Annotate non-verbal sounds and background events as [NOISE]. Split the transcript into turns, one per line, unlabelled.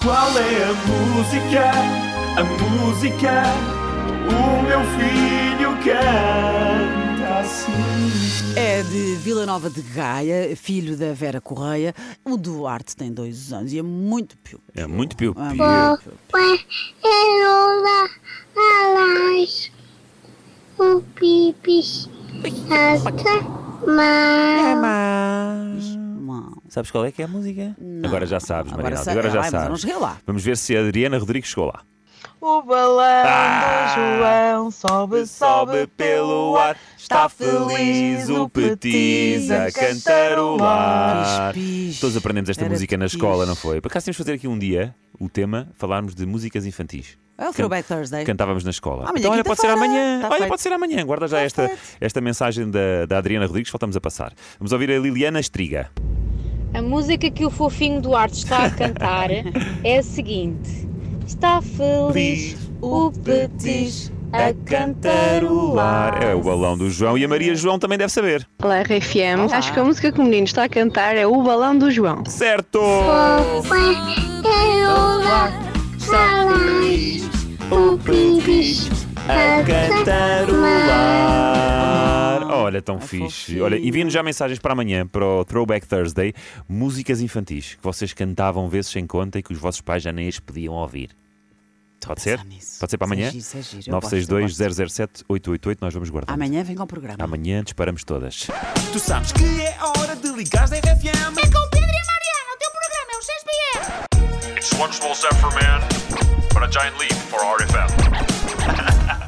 Qual é a música? A música? O meu filho canta assim.
É de Vila Nova de Gaia, filho da Vera Correia. O Duarte tem dois anos e é muito piu.
É muito piu.
Ah,
piu.
Eu lá, alas, o pipis, até mais.
Não.
Sabes qual é que é a música? Agora já sabes,
Agora
Marinaldo.
sa-
Agora já
Ai, mas eu
sabes.
não cheguei lá.
Vamos ver se a Adriana Rodrigues chegou lá.
O balão
Ah!
do João sobe, sobe pelo ar. Está feliz o Petis a cantarolar.
Pispis.
Todos aprendemos esta
Era
música na
piche.
escola, não foi? Por acaso temos de fazer aqui um dia o tema, falarmos de músicas infantis.
É o Throwback Thursday.
Cantávamos na escola.
Amanhã,
então, olha, pode ser
Ah, quinta-feira.
amanhã.
Tá
olha,
feito. Tá
pode ser amanhã. Guarda já esta,
feito.
esta mensagem da, da Adriana Rodrigues, voltamos a passar. Vamos ouvir a Liliana Estriga.
A música que o fofinho Duarte está a [LAUGHS] cantar é a seguinte: Está feliz o Petis a cantarolar.
É o balão do João e a Maria João também deve saber.
Olá, RFM.
Olá.
Acho que a música que o menino está a cantar é O Balão do João.
Certo!
Eu lá, alas, o pipis,
Cantarolar. Olha, tão
fofinho.
fixe. Olha, enviem-nos já mensagens para amanhã, para o Throwback Thursday, músicas infantis que vocês cantavam vezes sem conta e que os vossos pais já nem as podiam ouvir. Pode ser?
pensar nisso.
Pode ser para amanhã?
Isso é giro, isso é giro. Eu gosto, eu gosto.
962-007-888, nós vamos guardar.
Amanhã vem ao programa.
Amanhã disparamos todas.
Tu sabes que é hora de ligares da RFM.
É com o Pedro e a Mariana, o teu programa é o 6BR.
It's one small step for man, but a giant leap for RFM.